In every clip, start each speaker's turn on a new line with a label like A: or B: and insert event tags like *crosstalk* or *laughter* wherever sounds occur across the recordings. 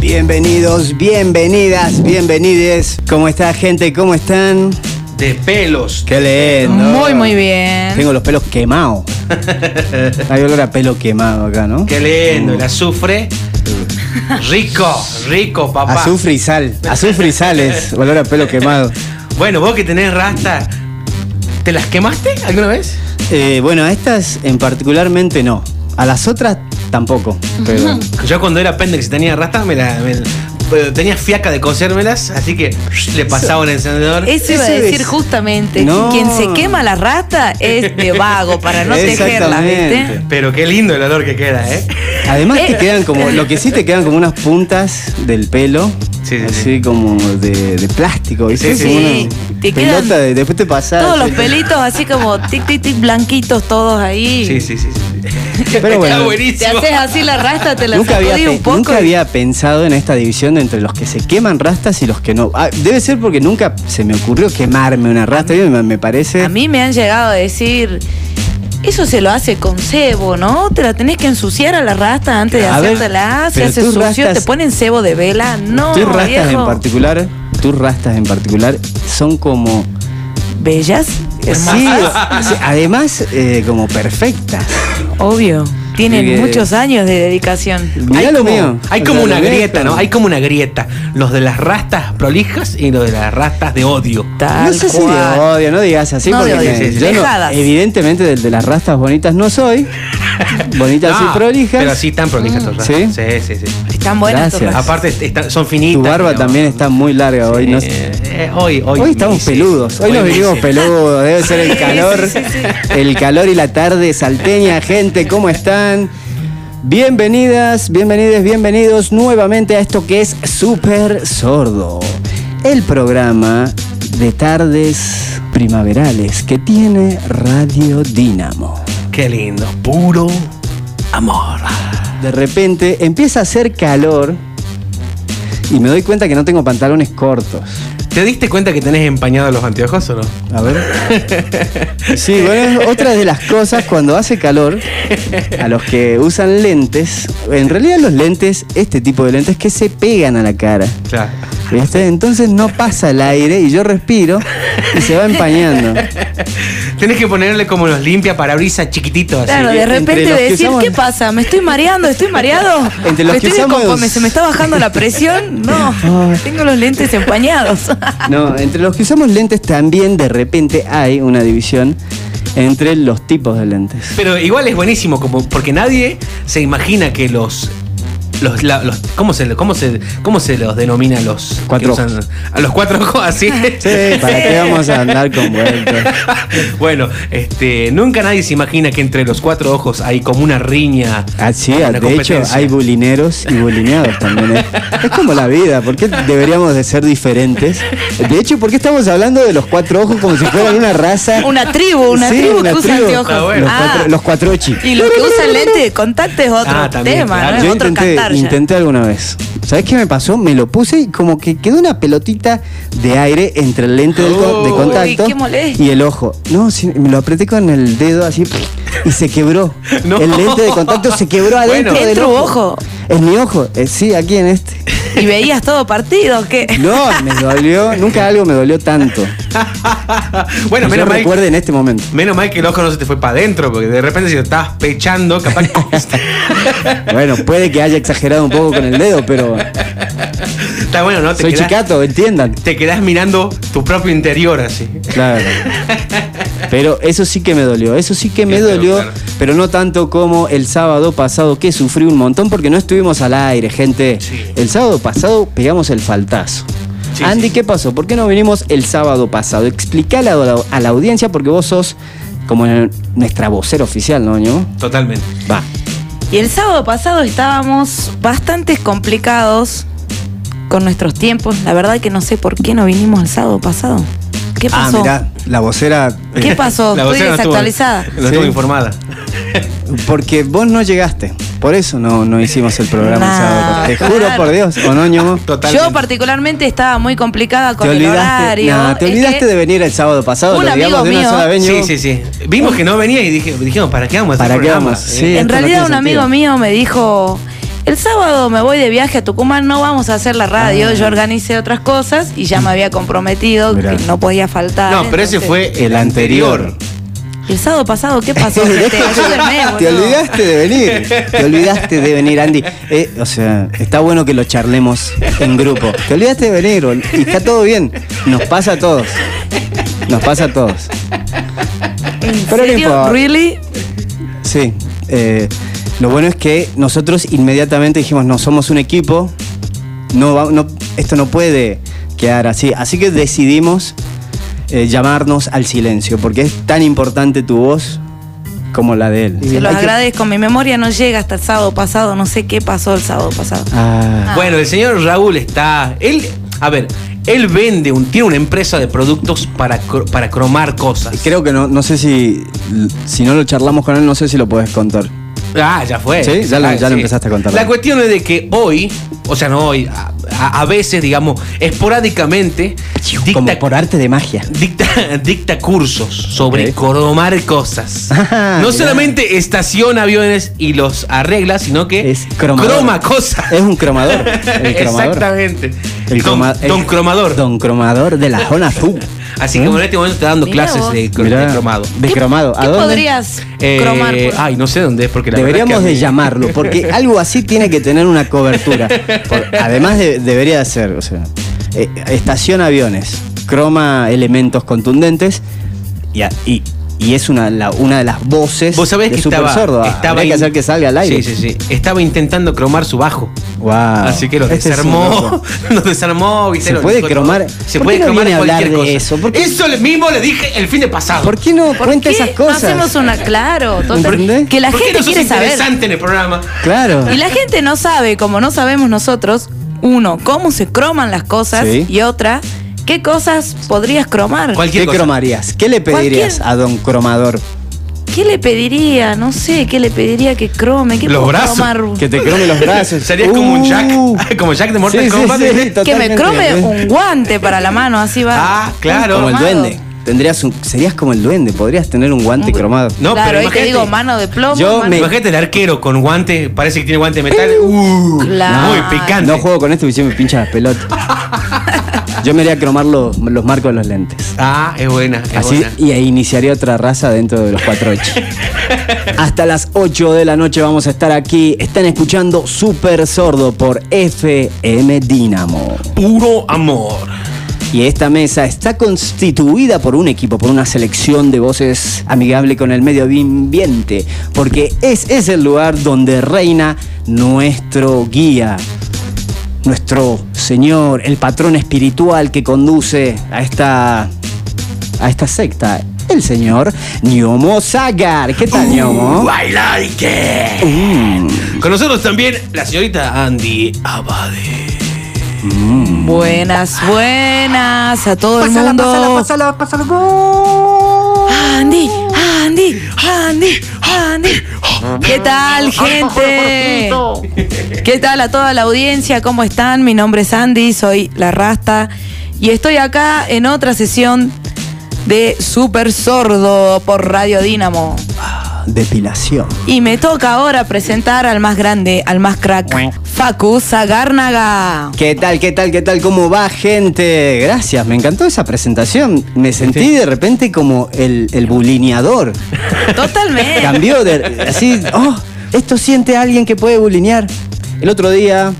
A: Bienvenidos, bienvenidas, bienvenides. ¿Cómo está, gente? ¿Cómo están?
B: de pelos.
A: Qué lindo.
C: Muy, muy bien.
A: Tengo los pelos
B: *laughs*
A: quemados. Hay olor a pelo quemado acá, ¿no?
B: Qué lindo, el azufre. Rico, rico, papá.
A: Azufre y sal. Azufre y sal es olor a pelo quemado.
B: Bueno, vos que tenés rasta, ¿te las quemaste alguna vez?
A: Eh, bueno, a estas en particularmente no. A las otras tampoco. Pero
B: Yo cuando era pendex y tenía rastas, me la, me la- pero tenía fiaca de cosérmelas, así que le pasaba el encendedor.
C: Eso iba a
A: Eso
C: decir
A: es-
C: justamente.
A: No.
C: Quien se quema la rata es de vago
A: *laughs*
C: para no tejerla, ¿viste?
A: Exactamente.
B: Pero qué lindo el olor que queda, ¿eh?
A: además te quedan como, lo que sí te quedan como unas puntas del pelo.
B: Sí, sí, sí.
A: así como de, de plástico, ¿viste?
B: Sí,
A: Como
C: sí.
A: una
C: Te quedan
A: pelota de- después te pasas.
C: Todos
A: *laughs*
C: los pelitos así como tic, tic, tic, blanquitos todos ahí.
B: Sí, sí, sí. sí, sí.
A: *laughs* Pero
B: Está
A: bueno.
C: Te
B: buenísimo.
C: haces así la rasta, te la
A: Nunca había,
C: sacudí
A: pe-
C: un poco.
A: nunca
C: y-
A: había pensado en esta división entre los que se queman rastas y los que no. Ah, debe ser porque nunca se me ocurrió quemarme una rasta. Me, me parece.
C: A mí me han llegado a decir, eso se lo hace con cebo, ¿no? Te la tenés que ensuciar a la rasta antes de
A: A ver,
C: hacértela, se
A: pero
C: hace
A: tus
C: sucio,
A: rastas-
C: te ponen cebo de vela, no,
A: tus rastas
C: viejo.
A: en particular, tus rastas en particular son como.
C: Bellas,
A: Sí, sí, además, eh, como perfectas.
C: obvio, tienen
A: Porque-
C: muchos años de dedicación.
A: Mirá lo
B: como,
A: mío.
B: hay
A: O
B: como
A: sea,
B: una
A: lo mío es
B: grieta,
A: como-
B: ¿no? Hay como una grieta. Los de las rastas prolijas y los de las rastas de odio.
C: Tal
A: No sé si
C: cual.
A: de odio, no digas así
C: No,
A: porque
C: de odio,
A: me-
B: sí, sí.
A: yo no-
C: Dejadas.
A: evidentemente del de las rastas bonitas no
B: *laughs*
A: soy. Bonitas
B: No,
A: y prolijas.
B: Ah,
A: Mm.
B: Pero sí están prolijas tus rastas.
A: ¿Sí?
B: sí, sí. sí.
C: Están buenas tus
A: Gracias.
C: rastas.
B: Aparte están- son
A: tu
B: finitas.
A: barba
B: digamos.
A: también está muy larga hoy. no sé.
B: Eh, eh, hoy, hoy,
A: Hoy, estamos
B: Messi.
A: peludos, hoy, nos
B: Messi.
A: vinimos peludos, debe ser el
C: Sí,
A: calor,
C: sí, sí,
A: el calor y la tarde salteña, gente, ¿cómo están? Bienvenidas, bienvenides, bienvenidos nuevamente a esto que es Super Sordo, el programa de tardes primaverales que tiene Radio Dínamo.
B: Qué lindo, puro amor.
A: De repente empieza a hacer calor y me doy cuenta que no tengo pantalones cortos.
B: ¿Te diste cuenta que tenés empañados los anteojos o no?
A: A ver. Sí, bueno, es otra de las cosas cuando hace calor, a los que usan lentes, en realidad los lentes, este tipo de lentes que se pegan a la cara.
B: Claro.
A: ¿viste? Entonces no pasa el aire y yo respiro y se va empañando.
B: Tenés que ponerle como los limpia parabrisas chiquititos así.
C: Claro, de
A: entre
C: repente
A: los que
C: decir,
A: usamos-
C: ¿qué pasa? ¿Me estoy mareando? ¿Estoy mareado?
A: *laughs* Entre los
C: ¿Me
A: que Ah.
C: estoy
A: usamos-
C: descompon- ¿Se me está bajando la presión? No,
A: *laughs*
C: tengo los lentes empañados. *laughs*
A: No, entre los que usamos lentes también de repente hay una división entre los tipos de lentes.
B: Pero igual es buenísimo, como porque nadie se imagina que los. Los, la- los- ¿cómo, se, cómo, se, ¿Cómo se los denomina los que
A: Cuatro
B: usan-
A: ojos.
B: A los cuatro ojos así.
A: Sí, ¿para qué vamos a andar con vueltas? *laughs*
B: bueno, este, nunca nadie se imagina que entre los cuatro ojos hay como una riña.
A: Ah, sí,
B: una
A: de hecho
B: competencia.
A: hay bulineros y bulineados también. ¿eh? Es como la vida, ¿por qué deberíamos de ser diferentes? De hecho, ¿por qué estamos hablando de los cuatro ojos como si fueran una raza?
C: Una tribu, una
A: Sí,
C: tribu que usa
A: tribu.
C: anteojos.
B: Ah, bueno.
A: Los,
C: Ah,
A: cuatro, los cuatrochi.
C: Y los que usan lente de contacto es otro
B: Ah, también,
C: tema,
B: claro.
C: ¿no? Es
A: Yo
C: otro
A: intenté,
C: cantar ya.
A: intenté alguna vez. ¿Sabes qué me pasó? Me lo puse y como que quedó una pelotita de aire entre el lente del co- de
B: Uy,
A: contacto
C: qué molesto.
A: y el ojo. No, sí, me lo apreté con el dedo así y se quebró.
B: *laughs* No.
A: El lente de contacto se quebró
B: Bueno.
A: adentro
C: ¿En
A: del
C: tu
A: ojo.
C: ojo?
A: En mi ojo, eh, sí, aquí en este.
C: Y veías todo partido, ¿qué?
A: *laughs* No, me dolió, nunca algo me dolió tanto.
B: bueno,
A: que yo
B: menos mal,
A: recuerde en este momento.
B: menos mal que el ojo no se te fue para adentro, porque de repente si lo estabas pechando,
A: *laughs*
B: capaz que.
A: Bueno, puede que haya exagerado un poco con el dedo,
B: *laughs*
A: pero
B: Está bueno, ¿no? Te
A: soy
B: quedás-
A: chicato, entiendan.
B: Te quedás mirando tu propio interior así.
A: Claro. Pero eso sí que me dolió, eso sí que me
B: Claro,
A: dolió,
B: claro.
A: pero no tanto como el sábado pasado que sufrí un montón porque no estuvimos al aire, gente.
B: Sí.
A: El sábado pasado pegamos el faltazo.
B: Sí,
A: Andy,
B: sí, sí.
A: ¿qué pasó? ¿Por qué no vinimos el sábado pasado? Explicale a la, a la audiencia porque vos sos como nuestra vocera oficial, ¿no, ño?
B: Totalmente.
A: Va.
C: Y el sábado pasado estábamos bastante complicados con nuestros tiempos. La verdad que no sé por qué no vinimos el sábado pasado.
A: Ah,
C: ¿Qué pasó?
A: la vocera. *laughs* eh,
C: ¿Qué pasó?
B: La
C: Estoy
B: vocera no estuvo-
C: desactualizada.
B: No estuvo
A: Sí.
B: informada.
A: Porque vos no llegaste. Por eso no, no hicimos el programa el
C: Nah,
A: sábado. Te juro
C: claro.
A: por Dios. ¿O no, ñomo?
B: Totalmente.
C: Yo particularmente estaba muy complicada
A: Te
C: con el
A: olvidaste,
C: horario.
A: nah, te
C: Es que-
A: olvidaste de venir el sábado pasado,
C: Un
A: lo digamos de una
C: amigo mío-
A: sola vez.
B: Sí,
A: ñomo.
B: sí, sí. Vimos que no venía y dije, dijimos, ¿para qué vamos a hacer
A: ¿Para qué
B: programa?
A: vamos?
B: Eh,
A: Sí.
C: En
A: esto no
C: realidad
A: tiene
C: un
A: sentido.
C: amigo mío me dijo, el El sábado me voy de viaje a Tucumán, no vamos a hacer la radio,
A: Ah.
C: yo organicé otras cosas y ya me había comprometido
A: Mirá.
C: que no podía faltar.
B: No, pero ese
C: entonces-
B: fue el anterior.
C: El sábado pasado, ¿qué pasó,
A: *laughs*
C: gente? Ayúdenme,
A: Te
C: boludo.
A: olvidaste de venir. Te olvidaste de venir, Andy. Eh, o sea, está bueno que lo charlemos en grupo. Te olvidaste de venir bol- y está todo bien. Nos pasa a todos. Nos pasa a todos.
C: ¿En
A: Pero no importa.
C: serio? ¿Really?
A: Sí. eh, lo bueno es que nosotros inmediatamente dijimos, no somos un equipo. No, va- no- esto no puede quedar así. Así que decidimos eh, llamarnos al silencio, porque es tan importante tu voz como la de él.
C: Se los
A: Hay que-
C: agradezco, mi memoria no llega hasta el sábado pasado, no sé qué pasó el sábado pasado.
A: Ah.
B: Bueno, el señor Raúl está. Él, a ver, él vende, un, tiene una empresa de productos para, cro- para cromar cosas.
A: Y Creo que no, no sé si. Si no lo charlamos con él, no sé si lo podés contar.
B: Ah, ya fue.
A: Sí, ya lo-
B: Ah,
A: ya lo empezaste a contar.
B: La cuestión es de que hoy, o sea, no hoy, a, a- a veces, digamos, esporádicamente,
A: Como
B: dicta,
A: por arte de magia.
B: dicta, *laughs* dicta cursos sobre
A: Ok.
B: cromar cosas.
A: *laughs* Ah,
B: no
A: mirá.
B: solamente estaciona aviones y los arregla, sino que
A: Es cromador.
B: croma cosas.
A: Es un cromador.
B: *laughs*
A: El cromador.
B: Exactamente.
A: El
B: don,
A: croma- el-
B: don cromador.
A: Don cromador de la zona azul.
B: Así que
A: ¿Eh?
B: bueno, en este momento está dando
C: Mirá
B: clases
C: vos.
B: de, cro-
A: Mirá,
B: de cromado.
A: De cromado. ¿A
C: ¿Qué
A: dónde?
C: podrías
B: Eh,
C: cromar? pues. por-
B: ay, no sé dónde es porque la verdad
A: Deberíamos
B: que a
A: de
B: mí-
A: llamarlo,
B: *laughs*
A: porque algo así tiene que tener una cobertura. Por- además de- debería de ser, o sea, eh, estación aviones, croma elementos contundentes y, a- y- y es una, la- una de las voces
B: Vos sabés
A: de
B: que
A: Super
B: estaba,
A: Sordo. Ah,
B: estaba
A: habría
B: in-
A: que hacer que salga al aire.
B: Sí, sí, sí. Estaba intentando cromar su bajo.
A: Wow.
B: Así que lo
A: Este es un
B: desarmó.
A: loco.
B: *laughs* lo desarmó, viste,
A: Se
B: lo
A: puede
B: dejó todo.
A: cromar- ¿Por
B: Se
A: qué
B: puede
A: no
B: cromar
A: viene a hablar
B: cualquier
A: de
B: cosa.
A: eso? ¿Por qué-
B: Eso mismo le dije el fin de pasado.
A: ¿Por qué no
C: ¿Por
A: cuenta
C: qué
A: esas
C: no
A: cosas?
C: hacemos una claro? total?
A: ¿Entendés?
C: que la
B: ¿Por qué
C: gente
B: no sos
C: quiere saber.
B: interesante en el programa.
A: Claro.
C: Y la gente no sabe, como no sabemos nosotros, uno, cómo se croman las cosas
A: Sí.
C: y otra, qué cosas podrías cromar.
B: Cualquier
A: ¿Qué
B: cosa.
A: cromarías? ¿Qué le pedirías
C: Cualquier-
A: a don cromador?
C: ¿Qué le pediría? No sé, ¿qué le pediría que crome? ¿Qué
B: Los
C: puedo
B: brazos.
C: cromar?
A: Que te crome los brazos.
B: *laughs*
A: Uh.
B: Serías como un Jack, *laughs* como Jack de Mortal
A: Sí, sí,
B: Kombat. ¿eh?
A: sí,
B: ¿viste?
C: Que me
A: totalmente.
C: crome un guante para la mano, así va.
B: Ah, claro.
A: Como el
C: Cromado.
A: duende. Tendrías un- serías como el duende, podrías tener un guante
C: Un-
A: cromado.
B: No, pero
C: claro, ahí te
B: imagínate.
C: digo mano de plomo.
A: Yo
C: mano-
A: me-
B: Imagínate el arquero con guante, parece que tiene guante
A: *laughs*
B: de metal. Uh,
C: Claro.
B: Muy picante.
A: No juego con esto porque se me pinchan las
B: *laughs*
A: pelotas. Yo me iría a cromar los, los marcos de los lentes.
B: ah, es buena, es
A: Así,
B: buena.
A: y ahí iniciaría otra raza dentro de los
B: *laughs*
A: 4-8. Hasta las 8 de la noche vamos a estar aquí. Están escuchando Super Sordo por FM Dynamo.
B: Puro amor.
A: Y esta mesa está constituida por un equipo, por una selección de voces amigable con el medio ambiente, porque es, es el lugar donde reina nuestro guía, nuestro señor, el patrón espiritual que conduce a esta, a esta secta, el señor Niomo Zagar. ¿Qué
B: Uh,
A: tal, Niomo?
B: I like it.
A: Mm,
C: Uh.
B: Con nosotros también la señorita Andy Abade.
C: Buenas, buenas a todo el mundo.
A: pásala, pásala.
C: Andy, Andy, Andy, Andy. ¿Qué tal, gente? ¿Qué tal a toda la audiencia? ¿Cómo están? Mi nombre es Andy, soy la Rasta y estoy acá en otra sesión de Super Sordo por Radio Dínamo.
A: Depilación.
C: Y me toca ahora presentar al más grande, al más crack, Facu Zagárnaga.
A: ¿Qué tal, qué tal, qué tal? ¿Cómo va, gente? Gracias, me encantó esa presentación. Me sentí de repente como el, el bulineador. *laughs*
C: Totalmente.
A: Cambió de. Así, oh, esto siente alguien que puede bulinear. El otro día.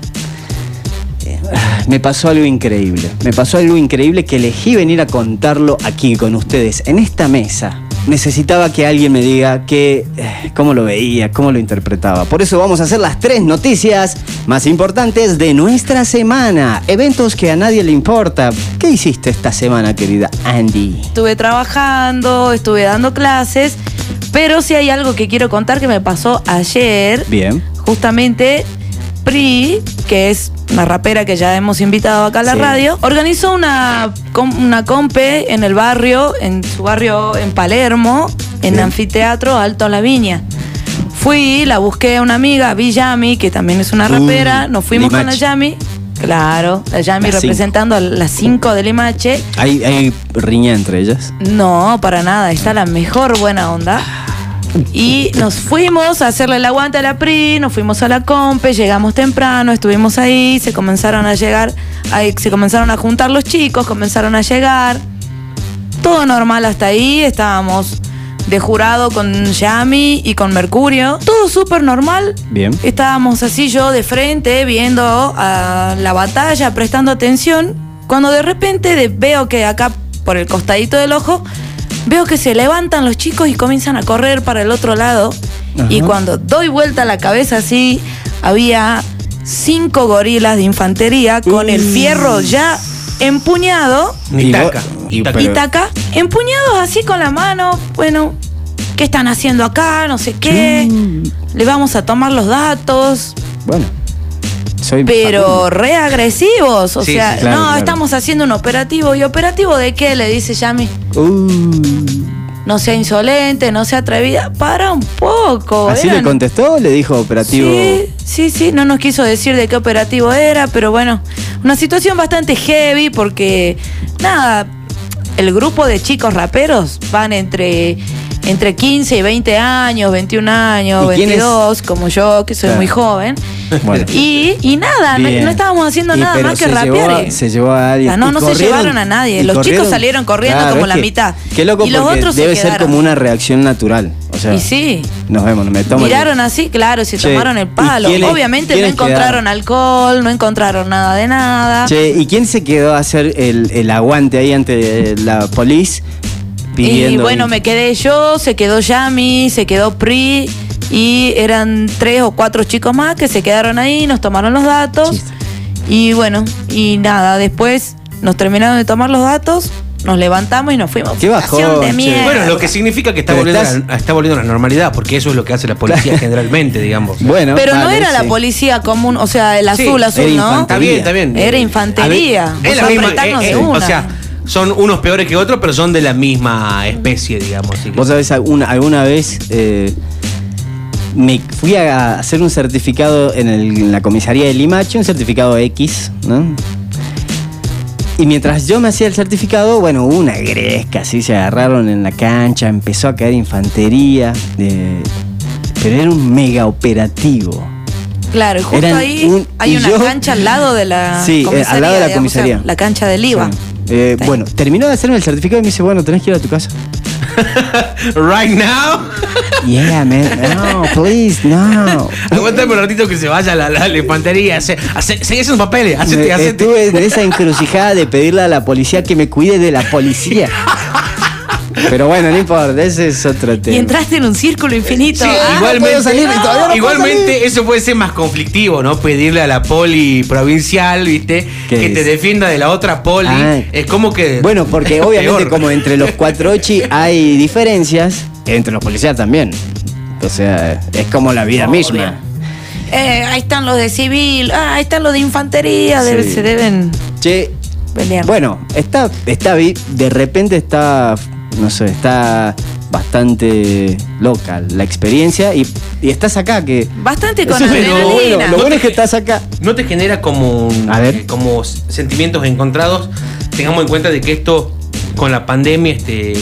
A: eh, Me pasó algo increíble. Me pasó algo increíble que elegí venir a contarlo aquí con ustedes, en esta mesa. Necesitaba que alguien me diga que, eh, cómo lo veía, cómo lo interpretaba. Por eso vamos a hacer las tres noticias más importantes de nuestra semana. Eventos que a nadie le importa. ¿Qué hiciste esta semana, querida Andy?
C: Estuve trabajando, estuve dando clases, pero sí hay algo que quiero contar que me pasó ayer.
A: Bien.
C: Justamente Pri, que es una rapera que ya hemos invitado acá a la
A: Sí.
C: radio, organizó una, com- una compe en el barrio, en su barrio en Palermo, en
A: Bien.
C: Anfiteatro Alto La Viña. Fui, la busqué a una amiga, vi Yami, que también es una
A: Uh,
C: rapera, nos fuimos con la
A: Limache.
C: Yami. Claro, la Yami
A: Las cinco.
C: representando a las 5 de Limache.
A: ¿Hay, hay riña entre ellas?
C: No, para nada. Está la mejor buena onda. Y nos fuimos a hacerle el aguante a la PRI, nos fuimos a la COMPE, llegamos temprano, estuvimos ahí, se comenzaron a llegar, ahí se comenzaron a juntar los chicos, comenzaron a llegar. Todo normal hasta ahí, estábamos de jurado con Yami y con Mercurio. Todo súper normal.
A: Bien.
C: Estábamos así yo de frente viendo a la batalla, prestando atención, cuando de repente de- veo que acá por el costadito del ojo, veo que se levantan los chicos y comienzan a correr para el otro lado.
A: Ajá.
C: Y cuando doy vuelta la cabeza así, había cinco gorilas de infantería con el fierro ya empuñado
A: Y
B: Ni
A: vos-
B: taca.
A: y
B: taca.
A: pero-
C: y taca, empuñados así con la mano, bueno, ¿qué están haciendo acá? No sé qué. Le vamos a tomar los datos,
A: Mm, Bueno. Soy
C: pero re agresivos. O
B: Sí,
C: sea,
A: sí, claro,
C: no,
A: claro.
C: estamos haciendo un operativo. ¿Y operativo de qué? Le dice Yami.
A: Uh.
C: No sea insolente, no sea atrevida. Para un poco.
A: ¿Así le
C: Oh, eran-
A: contestó? ¿Le dijo operativo?
C: Sí, sí, sí, no nos quiso decir de qué operativo era, pero bueno, una situación bastante heavy porque, nada, el grupo de chicos raperos van entre, entre 15 y 20 años, 21 años,
A: ¿Y quién es?
C: 22, como yo, que soy
A: Claro.
C: muy joven.
A: *laughs* Bueno.
C: Y, y nada, no,
A: Bien.
C: no estábamos haciendo
A: Y
C: nada
A: pero
C: más que
A: se
C: rapear.
A: Llevó
C: eh.
A: a, se llevó a alguien.
C: Ah, no,
A: Y
C: no se
A: corrieron-
C: llevaron a nadie.
A: y
C: Los chicos
A: corrieron-
C: salieron corriendo como
A: es
C: la
A: que-
C: mitad.
A: Qué loco
C: Y los
A: porque
C: otros se
A: debe ser
C: quedaron.
A: como una reacción natural. O sea,
C: Y sí.
A: Nos vemos, me tomo el-
C: Miraron así, claro, se
A: Che,
C: tomaron el
A: ¿y
C: palo.
A: quiénes-
C: Obviamente no
A: quiénes
C: encontraron
A: quedaron?
C: alcohol, no encontraron nada de nada.
A: Che, ¿y quién se quedó a hacer el, el aguante ahí ante la polis? Pidiendo
C: y bueno, me quedé yo, se quedó Yami, se quedó Pri y eran tres o cuatro chicos más que se quedaron ahí, nos tomaron los datos
A: Chiste.
C: y bueno, y nada, después nos terminaron de tomar los datos, nos levantamos y nos fuimos.
A: Qué bajón,
C: Estación de
A: che.
C: mierda.
B: Bueno, lo que significa que está
A: Pero
B: volviendo,
A: estás-
B: a, la- está volviendo a la normalidad, porque eso es lo que hace la policía generalmente, digamos.
A: Bueno,
C: Pero no
A: vale,
C: era la
A: sí.
C: policía común, o sea, el
B: Sí,
C: azul,
B: era
C: azul, ¿no?
B: Está bien, está bien.
C: Era infantería.
B: A ver,
C: Vos
B: Es la misma.
C: apretarnos
B: eh,
C: de
B: eh,
C: una.
B: O sea, son unos peores que otros, pero son de la misma especie, digamos. así que-
A: Vos sabés, alguna, alguna vez eh, me fui a hacer un certificado en, el- en la comisaría de Limache, un certificado X, ¿no? Y mientras yo me hacía el certificado, bueno, hubo una gresca, así se agarraron en la cancha, empezó a caer infantería, eh, pero era un mega operativo.
C: Claro, y justo
A: Eran
C: ahí
A: un- y
C: hay una
A: yo-
C: cancha al lado de la
A: Sí, eh,
C: comisaría.
A: al lado de la
C: digamos, o sea,
A: comisaría.
C: la cancha del IVA.
A: Sí. Eh,
C: Sí.
A: Bueno, terminó de hacerme el certificado y me dice, bueno, tenés que ir a tu casa.
B: Right now. *laughs*
A: Yeah, man, no, please, no.
B: Aguantame un ratito que se vaya la, la, la infantería. Hace, hace, seguí haciendo papeles. *laughs* Hacete,
A: Me-
B: hacete.
A: Estuve en esa encrucijada de pedirle a la policía que me cuide de la policía. Pero bueno, no importa, ese es otro tema.
C: Y entraste en un círculo infinito.
B: Sí,
C: Ah,
B: igualmente,
A: puedo salir, todavía no puedo
B: igualmente eso puede ser más conflictivo, ¿no? Pedirle a la poli provincial, ¿viste?
A: ¿Qué
B: Que te
A: dice?
B: defienda de la otra poli.
A: Ah.
B: Es como que.
A: Bueno, porque obviamente
B: peor.
A: como entre los cuatro ochi hay diferencias, entre los policías también. O sea, es como la vida misma.
C: eh, ahí están los de civil, ah, ahí están los de infantería, debe-
A: Sí.
C: se deben
A: Che,
C: pelear.
A: bueno, está, está, vi- de repente está, no sé, está bastante loca la experiencia y, y estás acá que...
C: Bastante con
A: Eso es lo bueno,
C: adrenalina.
A: lo bueno es que estás acá.
B: ¿No te genera como, un-
A: A ver.
B: eh, como s- sentimientos encontrados? Tengamos en cuenta de que esto, con la pandemia, este,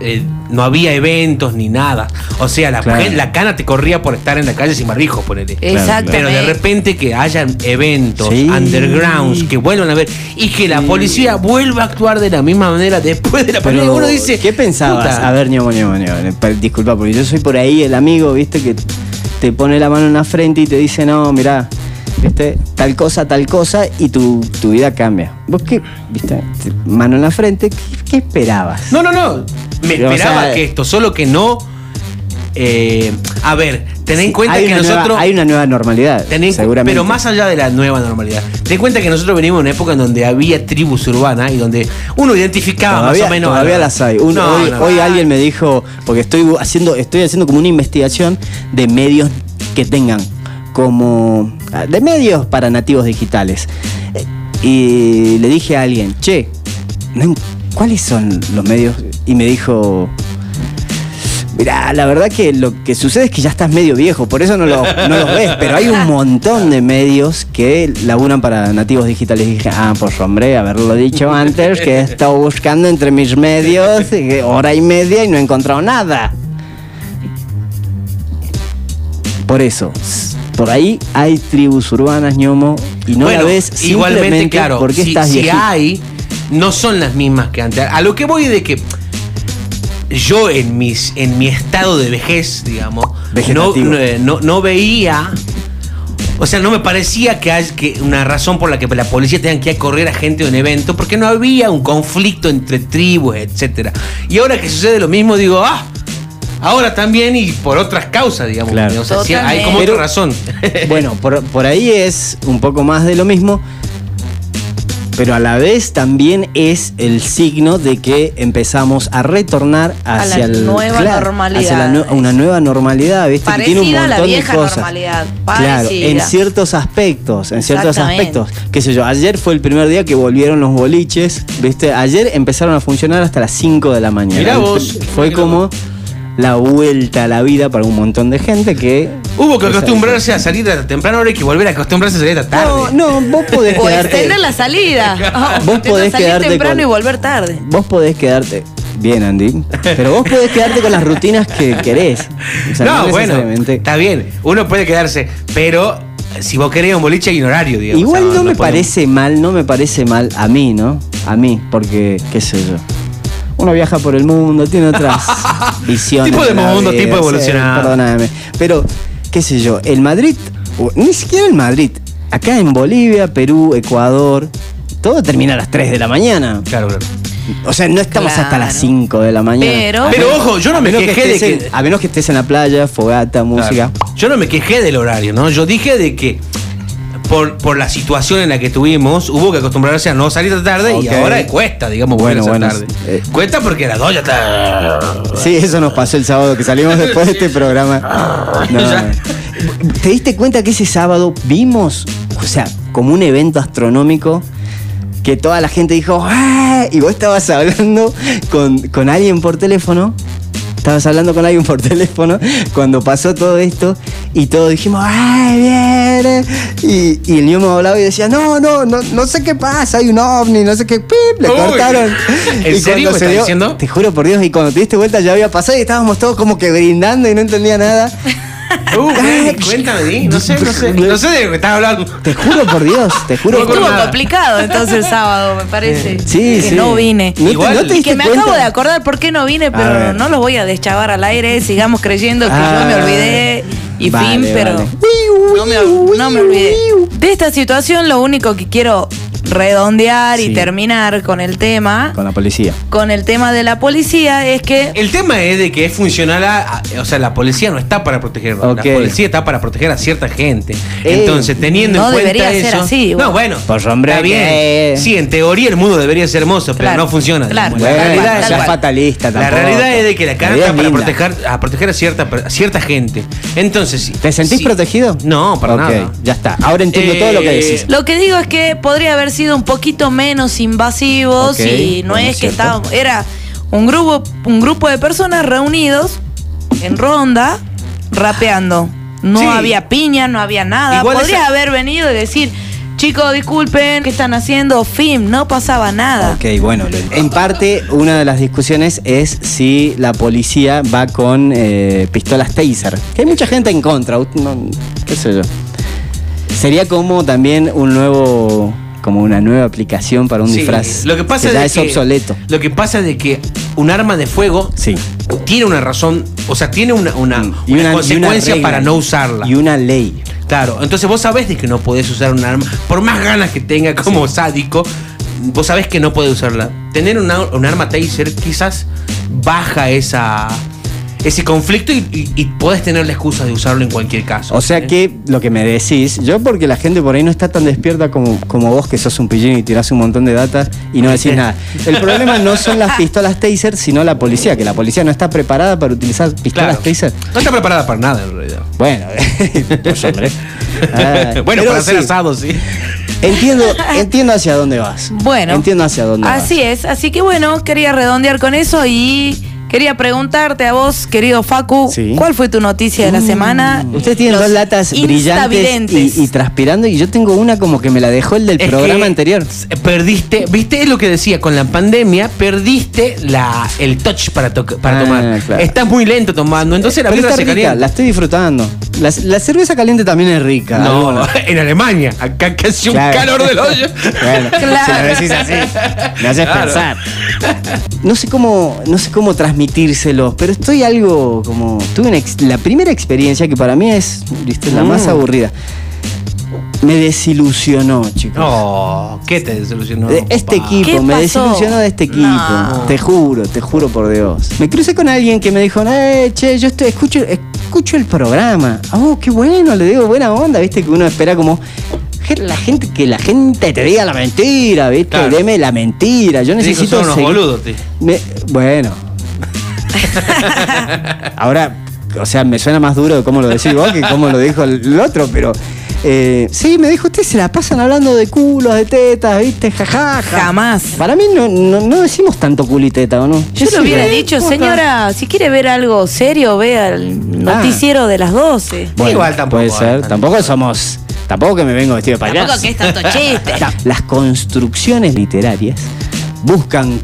B: eh, no había eventos ni nada. O sea, la,
A: Claro.
B: gen- la cana te corría por estar en la calle sin barbijo, ponele.
C: Exactamente.
B: Pero de repente que hayan eventos
A: Sí.
B: undergrounds que vuelvan a ver y que la policía vuelva a actuar de la misma manera después de la
A: Pero,
B: pandemia. Uno dice,
A: ¿Qué pensabas?
B: "Puta".
A: A ver, ñomo, ñomo, ñomo. per- Disculpa, porque yo soy por ahí el amigo, viste, que te pone la mano en la frente y te dice, no, mirá, viste, tal cosa, tal cosa, y tu, tu vida cambia. ¿Vos qué, viste? te- Mano en la frente, ¿qué, qué esperabas?
B: No, no, no. Me
A: Pero, o
B: esperaba
A: sea,
B: que esto, solo que no. eh, a ver, ten en cuenta
A: hay
B: que
A: una nueva-
B: nosotros.
A: hay una nueva normalidad,
B: ten en cu-
A: seguramente.
B: pero más allá de la nueva normalidad. Ten en cuenta que nosotros venimos de una época en donde había tribus urbanas y donde uno identificaba
A: todavía,
B: más o menos.
A: todavía las hay. Un-
B: No,
A: hoy
B: no, no.
A: hoy alguien me dijo, porque estoy haciendo, estoy haciendo como una investigación de medios que tengan como ah, de medios para nativos digitales. Eh, Y le dije a alguien, che, no en- ¿cuáles son los medios? Y me dijo. Mirá, la verdad que lo que sucede es que ya estás medio viejo, por eso no, lo- no los ves, pero hay un montón de medios que laburan para nativos digitales. Y dije, ah, pues hombre, haberlo dicho antes, que he estado buscando entre mis medios eh, hora y media y no he encontrado nada. Por eso, s- por ahí hay tribus urbanas, ñomo, y no la ves simplemente porque
B: si,
A: estás
B: si
A: viejito.
B: hay, no son las mismas que antes. A lo que voy de que yo en mis en mi estado de vejez, digamos, no,
A: Vegetativo.
B: no, eh, no- no veía, o sea, no me parecía que hay que una razón por la que la policía tenga que ir a correr a gente de un evento, porque no había un conflicto entre tribus, etcétera. Y ahora que sucede lo mismo, digo, ah, ahora también y por otras causas, digamos.
A: Claro.
B: O sea, sí, hay como
A: Totalmente.
B: otra razón.
A: *laughs* Bueno, por, por ahí es un poco más de lo mismo, pero a la vez también es el signo de que empezamos a retornar
C: la
A: hacia el-
C: nueva normalidad.
A: hacia la nue- una nueva normalidad, ¿viste? Que tiene un
C: Parecida a
A: montón
C: la vieja
A: de cosas.
C: normalidad,
A: Claro,
C: parecida.
A: en ciertos aspectos, en ciertos
C: Exactamente.
A: aspectos. Qué sé yo, ayer fue el primer día que volvieron los boliches, ¿viste? Ayer empezaron a funcionar hasta las 5 de la mañana.
B: Mirá vos,
A: Fue
B: mirá
A: como la vuelta a la vida para un montón de gente que
B: Hubo que
A: Esa-
B: acostumbrarse a salir a temprano hora y que volver a acostumbrarse a salir a tarde.
A: No, no, vos podés
C: O
A: quedarte.
C: extender la *laughs* salida.
A: Vos podés
C: salir
A: quedarte
C: temprano
A: con-
C: y volver tarde.
A: Vos podés quedarte. Bien, Andy. Pero vos podés quedarte con las rutinas que querés. O sea,
B: no, bueno,
A: necesariamente-
B: está bien. Uno puede quedarse, pero si vos querés un boliche hay un horario, digamos.
A: Igual
B: O
A: no,
B: sea,
A: me
B: podemos-
A: parece mal, no me parece mal a mí, ¿no? A mí, porque, qué sé yo. Uno viaja por el mundo, tiene
B: *laughs*
A: otras visiones.
B: Tipo de
A: la
B: mundo,
A: vida,
B: tipo
A: sí,
B: evolucionado.
A: perdóname. Pero, qué sé yo, el Madrid, o- ni siquiera el Madrid. Acá en Bolivia, Perú, Ecuador, todo termina a las 3 de la mañana.
B: Claro, claro.
A: O sea, no estamos
C: Claro.
A: hasta las 5 de la mañana.
C: Pero-
A: A
B: Pero
A: menos-
B: ojo, yo no
A: a
B: me
A: menos
B: quejé de
A: estés
B: que-
A: en- a menos que estés en la playa, fogata, música.
B: Claro. Yo no me quejé del horario, ¿no? Yo dije de que por, por la situación en la que tuvimos, hubo que acostumbrarse a no salir tan tarde y
A: Ok.
B: ahora cuesta, digamos, volver
A: Bueno,
B: a
A: bueno,
B: salir tarde.
A: eh.
B: Cuesta porque a las dos ya está.
A: Sí, eso nos pasó el sábado que salimos después de este programa. *laughs* No, no, no. ¿Te diste cuenta que ese sábado vimos, o sea, como un evento astronómico? Que toda la gente dijo, "Ah", y vos estabas hablando con, con alguien por teléfono, estabas hablando con alguien por *laughs* teléfono cuando pasó todo esto, y todos dijimos, ¡ay, bien! Y, y el niño hablaba y decía, no, no, no, no sé qué pasa, hay un ovni, no sé qué, ¡pip! Le
B: Uy.
A: cortaron.
B: ¿En
A: Y cuando
B: serio me
A: se
B: estás
A: dio-
B: diciendo?
A: Te juro por Dios, y cuando te diste vuelta ya había pasado y estábamos todos como que brindando y no entendía nada.
B: Uh, Freddy, cuéntame,
A: *laughs*
B: di. no sé, no sé. No sé de lo que estás hablando.
A: Te juro por Dios, te juro por
C: Estuvo
A: Dios.
B: nada.
C: complicado entonces el sábado, me parece.
A: Sí,
C: que
A: sí.
C: no vine.
A: No te-
B: Igual,
A: no te diste
C: Que me
A: cuenta?
C: acabo de acordar por qué no vine, pero
A: ver.
C: no los voy a deschavar al aire. Sigamos creyendo que
A: Ah,
C: yo me olvidé y
A: vale,
C: fin, pero
A: vale.
C: no, me, no me olvidé. De esta situación, lo único que quiero redondear
A: Sí.
C: y terminar con el tema,
A: Con la policía.
C: con el tema de la policía, es que
B: El tema es de que es funcional, a- a- o sea, la policía no está para protegernos,
A: Ok.
B: la policía está para proteger a cierta gente.
A: Eh,
B: Entonces, teniendo
C: no
B: en cuenta
C: debería ser
B: eso-
C: así,
B: no, bueno,
A: Pues, hombre,
B: está bien.
A: que-
B: Sí, en teoría el mundo debería ser hermoso,
C: Claro,
B: pero no funciona.
C: claro.
B: La
A: Bueno,
B: realidad
A: no
B: es-
A: seas fatalista
B: la
A: tampoco.
B: realidad es de que la cara
A: idea es
B: está para
A: linda.
B: proteger a proteger a cierta per- a cierta gente. Entonces, si-
A: ¿Te sentís
B: si-
A: protegido?
B: No, para
A: Ok,
B: nada.
A: Ya está. Ahora entiendo
B: Eh,
A: todo lo que decís.
C: Lo que digo es que podría haber sido un poquito menos invasivos
A: Ok,
C: y no
A: bueno,
C: es que
A: cierto.
C: estábamos. Era un grupo, un grupo de personas reunidos en ronda, rapeando. No
B: Sí.
C: había piña, no había nada.
B: Igual
C: Podría
B: esa-
C: haber venido y decir, chicos, disculpen, ¿qué están haciendo? Fin, no pasaba nada.
A: Ok, bueno. En parte, una de las discusiones es si la policía va con eh, pistolas taser. Que hay mucha gente en contra. ut- no- qué sé yo. Sería como también un nuevo. Como una nueva aplicación para un
B: Sí,
A: disfraz.
B: Lo que pasa
A: ya
B: de
A: es
B: que-
A: obsoleto.
B: Lo que pasa de que un arma de fuego
A: Sí. Mm,
B: tiene una razón, o sea, tiene una, una, una
A: Y una- y una
B: consecuencia
A: regla.
B: para no usarla.
A: Y una ley.
B: Claro, entonces vos sabés de que no podés usar un arma, por más ganas que tenga como sádico, vos sabés que no podés usarla. Tener una- un arma taser quizás baja esa, ese conflicto y, y- y podés tener la excusa de usarlo en cualquier caso.
A: O sea
B: ¿eh?
A: que lo que me decís, yo porque la gente por ahí no está tan despierta como, como vos, que sos un pillín y tirás un montón de data y no decís nada. El problema no son
B: *laughs*
A: las pistolas taser, sino la policía, que la policía no está preparada para utilizar
B: Claro.
A: pistolas taser.
B: No está preparada para nada en realidad. *laughs*
A: Bueno, pues hombre. *laughs* Ah,
B: bueno,
A: pero
B: para hacer
A: sí,
B: asado, sí. *laughs*
A: Entiendo, entiendo hacia dónde vas.
C: Bueno.
A: Entiendo hacia dónde vas.
C: Así es, así que bueno, quería redondear con eso y Quería preguntarte a vos, querido Facu,
A: Sí.
C: ¿cuál fue tu noticia de la semana?
A: Mm. Ustedes tienen
C: Los
A: Uh. dos latas brillantes
C: instavidentes.
A: y, y transpirando y yo tengo una como que me la dejó el del
B: Es
A: programa
B: que
A: anterior.
B: s- Perdiste, viste es lo que decía, con la pandemia perdiste la, el touch para, to- para
A: Ah,
B: tomar.
A: claro.
B: Estás muy lento tomando, entonces la
A: Pero
B: birra
A: está
B: se
A: rica,
B: calienta.
A: la estoy disfrutando. La, la cerveza caliente también es rica.
B: *laughs* No,
A: alguna.
B: en Alemania, acá que hace un
A: Claro.
B: calor
A: *laughs*
B: del hoyo.
A: Bueno, si lo decís así, me haces
B: Claro.
A: pensar. No sé cómo, no sé cómo transmitírselos, pero estoy algo como. Tuve una ex- la primera experiencia que para mí es ¿viste? la más
B: Mm.
A: aburrida. Me desilusionó, chicos.
B: No, ¿qué te solucionó?
A: De este equipo,
C: ¿Qué
A: me
C: pasó?
A: desilusionó de este equipo.
C: No.
A: Te juro, te juro por Dios. Me crucé con alguien que me dijo, eh, che, yo estoy, escucho, escucho el programa. Oh, qué bueno, le digo buena onda, viste, que uno espera como. "Je- La gente, que la gente te diga la mentira, ¿viste?
B: Claro.
A: Deme la mentira. Yo
B: Necesito
A: necesito.
B: son unos
A: seguir-
B: boludos, tío.
A: Me- bueno. Ahora, o sea, me suena más duro de cómo lo decís vos que cómo lo dijo el el otro, pero. eh, sí, me dijo, ustedes se la pasan hablando de culos, de tetas, ¿viste? Jajaja.
C: Jamás.
A: Para mí no, no, no decimos tanto culiteta, ¿o no? sí
C: Yo
A: ¿eh?
C: le hubiera
A: veo.
C: dicho, señora, si quiere ver algo serio, vea el
A: Ah.
C: noticiero de las 12.
A: Bueno,
B: Igual tampoco,
A: Puede ser,
B: eh,
A: tampoco somos. Tampoco que me vengo vestido de payaso.
C: Tampoco que es tanto
A: *laughs*
C: chiste.
A: Ta- Las construcciones literarias buscan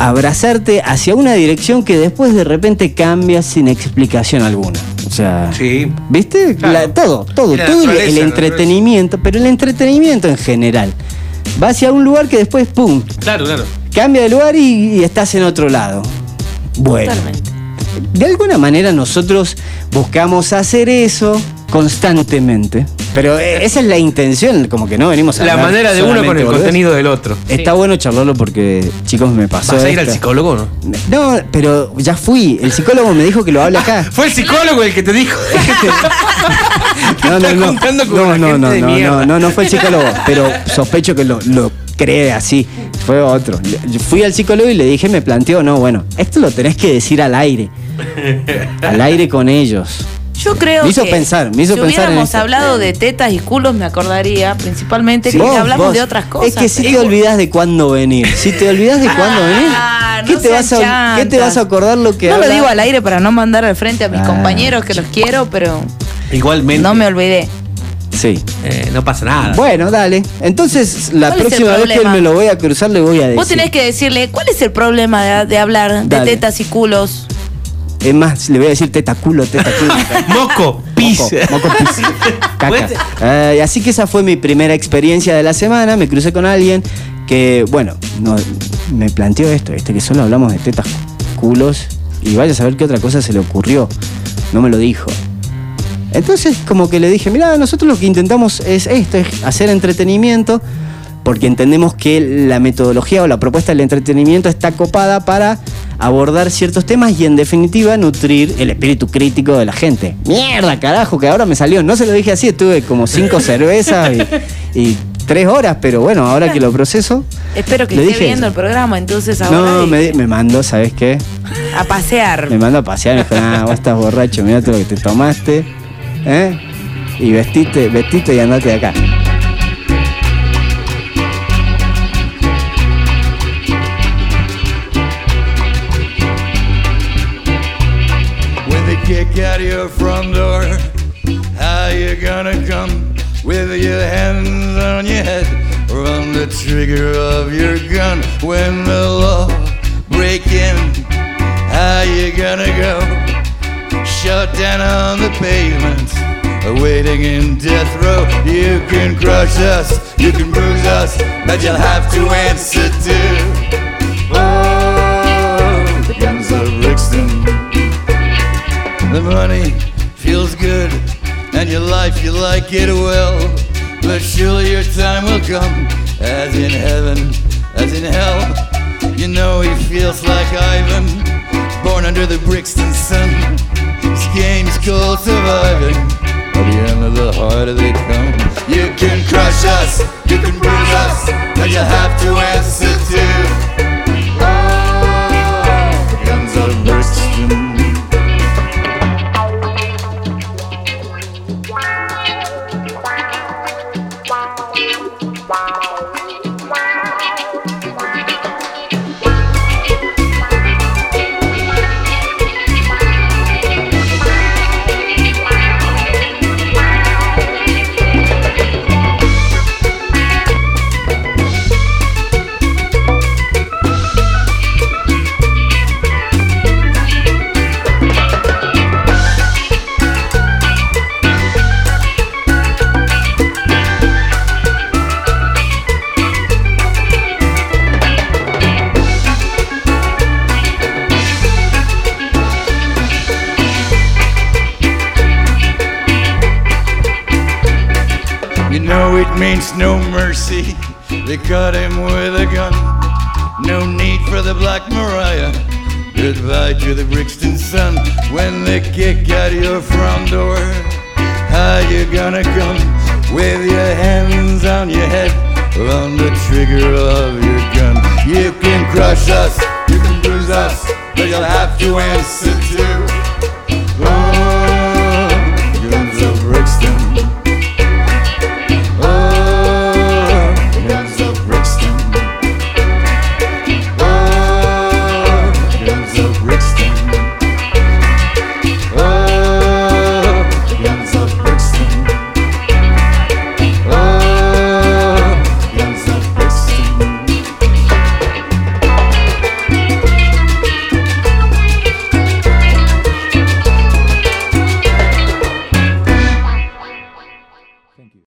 A: abrazarte hacia una dirección que después de repente cambia sin explicación alguna. O sea,
B: Sí.
A: ¿viste?
B: Claro.
A: La- todo, todo,
B: La
A: todo el-
B: naturaleza,
A: el
B: la
A: entretenimiento, pero el entretenimiento en general. Va hacia un lugar que después, ¡pum!,
B: Claro, claro.
A: cambia de lugar y, y estás en otro lado. Bueno.
C: Totalmente.
A: De alguna manera nosotros buscamos hacer eso constantemente. Pero eh, esa es la intención, como que no venimos a
B: La
A: hablar
B: manera de uno con
A: solamente
B: el
A: boludez.
B: contenido del otro.
A: Está bueno charlarlo porque, chicos, me pasó.
B: ¿Vas a ir al
A: esto.
B: psicólogo o no?
A: No, pero ya fui. El psicólogo me dijo que lo hable acá.
B: Fue el psicólogo el que
A: *laughs*
B: te dijo. *laughs*
A: No, no,
B: Estás
A: no.
B: juntando con
A: No,
B: una
A: no,
B: gente
A: no,
B: de
A: no,
B: mierda.
A: no, no, no fue el psicólogo, pero sospecho que lo, lo cree así. Fue otro. Yo Fui al psicólogo y le dije, me planteó, no, bueno, esto lo tenés que decir al aire. Al aire con ellos.
C: Yo creo
A: Me hizo
C: que
A: pensar, me hizo
C: si
A: pensar en
C: hubiéramos
A: esto.
C: hablado de tetas y culos, me acordaría principalmente que
A: Vos,
C: hablamos
A: vos.
C: de otras cosas.
A: Es que si
C: pero-
A: te olvidás de cuándo venir. Si te olvidás de cuándo venir,
C: Ah,
A: ¿qué,
C: no
A: te vas
C: sean
A: a, ¿qué te
C: chantas.
A: vas a acordar lo que
C: No lo
A: habla-
C: digo al aire para no mandar al frente a mis
A: Ah.
C: compañeros que los quiero, pero
B: Igualmente.
C: no me olvidé.
A: Sí.
B: Eh, no pasa nada.
A: Bueno, dale. Entonces, la
C: ¿Cuál es el
A: próxima vez que él
C: problema?
A: me lo voy a cruzar, le voy a decir.
C: Vos tenés que decirle, ¿cuál es el problema de, de hablar de
A: Dale.
C: tetas y culos?
A: Es más, le voy a decir tetaculo, tetaculo.
B: Moco, pis.
A: Moco, moco *laughs* pis. Caca.
B: Fuerte.
A: Eh, así que esa fue mi primera experiencia de la semana. Me crucé con alguien que, bueno, no- me planteó esto, este, que solo hablamos de tetas, culos y vaya a saber qué otra cosa se le ocurrió. No me lo dijo. Entonces como que le dije, mira, nosotros lo que intentamos es esto, es hacer entretenimiento, porque entendemos que la metodología o la propuesta del entretenimiento está copada para abordar ciertos temas y en definitiva nutrir el espíritu crítico de la gente. Mierda, carajo, que ahora me salió. No se lo dije así, estuve como
C: *laughs*
A: cinco cervezas y, y tres horas, pero bueno, ahora que lo proceso...
C: Espero que
A: Le
C: esté
A: dije eso.
C: viendo el programa, entonces ahora
A: No,
C: y-
A: me, me mandó, ¿sabes qué?
C: a pasear.
A: Me mandó a pasear, me dijo, ah, vos estás borracho, mirá todo lo que te tomaste, ¿eh? Y vestiste, vestiste y andate de acá.
D: When they kick out your front door, how you gonna come with your hands on your head or on the trigger of your gun? When the law break in, how you gonna go? Shut down on the pavement, awaiting in death row. You can crush us, you can bruise us, but you'll have to answer to. Oh, the guns of Brixton. The money feels good, and your life you like it well. But surely your time will come, as in heaven, as in hell. You know he feels like Ivan, born under the Brixton sun. His game's called surviving. By the end of the harder they come, you can crush us, you can bruise us, but you'll have to answer to. Oh, the guns of Brixton. means no mercy. They caught him with a gun. No need for the Black Mariah. Goodbye to the Brixton sun. When they kick out your front door, how you gonna come with your hands on your head, on the trigger of your gun? You can crush us, you can bruise us, but you'll have to Oh, answer to